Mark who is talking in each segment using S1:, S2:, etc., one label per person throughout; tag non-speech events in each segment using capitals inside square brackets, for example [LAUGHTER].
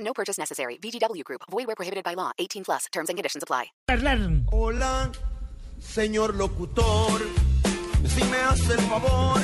S1: No purchase necessary. VGW Group. Void where prohibited by law. 18 plus. Terms and conditions apply.
S2: Hablar.
S3: Hola, señor locutor, si me hace el favor,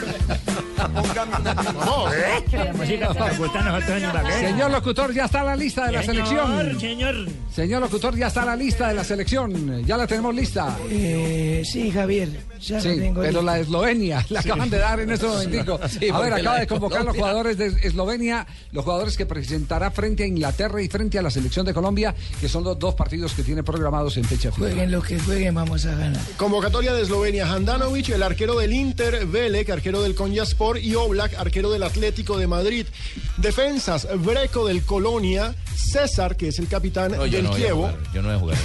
S3: [LAUGHS] póngame una canción.
S2: La música para gustar a nosotros en Ibagué.
S4: Señor locutor, ya está la lista de la
S2: Señor,
S4: selección.
S2: señor.
S4: Señor locutor, ya está la lista de la selección. Ya la tenemos lista.
S5: Eh, sí, Javier, ya lo
S4: Sí,
S5: tengo.
S4: pero
S5: listo.
S4: la de Eslovenia la acaban de dar en estos momenticos. A ver, acaba de convocar los jugadores de Eslovenia, los jugadores que presentará frente a Inglaterra y frente a la selección de Colombia, que son los dos partidos que tiene programados en fecha
S5: Jueguen
S4: final.
S5: lo que jueguen, vamos a ganar.
S6: Convocatoria de Eslovenia, Handanovic, el arquero del Inter, Velek, arquero del Konyaspor y Oblak, arquero del Atlético de Madrid. Defensas, Breco del Colonia, César, que es el capitán del Kievo,
S7: Yo no voy a jugar.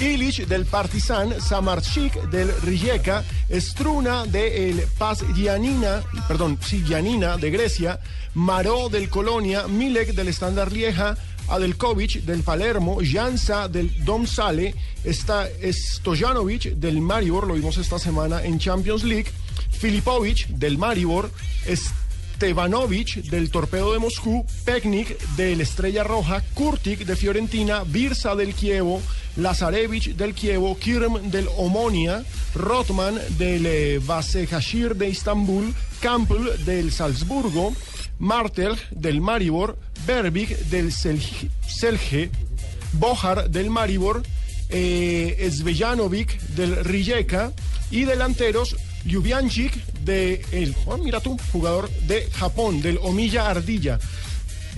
S6: Ilic del Partizan, Samarchik del Rijeka, Struna del Paz Giannina, perdón, sí, Giannina de Grecia, Maró del Colonia, Milek del Standard Lieja, Adelkovic del Palermo, Janza del Dom Sale, está Stojanovic del Maribor, lo vimos esta semana en Champions League, Filipovic del Maribor, Stevanovic del Torpedo de Moscú, Peknik del Estrella Roja, Kurtic de Fiorentina, Birsa del Kievo, Lazarevich del Kievo, Kirm del Omonia, Rotman del eh, Vasehashir de Istambul, Campbell del Salzburgo, Martel del Maribor, Berbic del Selj- Selje, Bojar del Maribor, eh, Svejanovic del Rijeka y delanteros Ljubianchik de el, oh, mira tú, jugador de Japón, del Omiya Ardilla,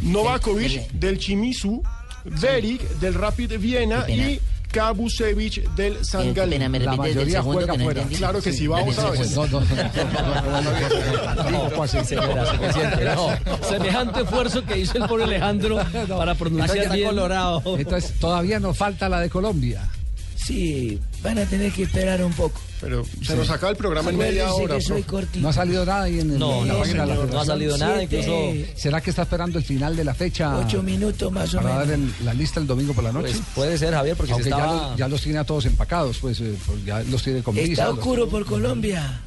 S6: Novakovic del Chimizu, Veric del Rapid Viena y Kabusevich del Sangal.
S4: La mayoría juega fuera.
S6: Claro que sí, vamos a ver.
S4: No, [LAUGHS] no, no, no, no, no, pues, sí, señora, suficiente, no.
S7: Semejante esfuerzo que hizo el pobre
S5: [LAUGHS]
S7: Alejandro para pronunciar bien. Colorado.
S4: Entonces, todavía nos falta la de Colombia.
S5: Sí, van a tener que esperar un poco.
S6: Pero se nos acaba el programa en media
S5: Acuérdense
S6: hora.
S5: que soy
S6: profe.
S4: No
S5: cortito.
S4: ha salido nada ahí en,
S7: No,
S4: en la
S7: no,
S4: página de la
S7: señor, no ha
S4: federación.
S7: salido nada,
S5: Siete,
S7: incluso
S4: ¿Será que está esperando el final de la fecha?
S5: Ocho minutos más o
S4: para dar
S5: menos.
S4: el- la lista el domingo por la noche.
S7: pues, puede ser, Javier, porque se
S4: Aunque ya,
S7: estaba...
S4: los, ya los tiene a todos empacados, pues eh, pues ya los tiene con
S5: Está
S4: visa, los-
S5: oscuro por Colombia.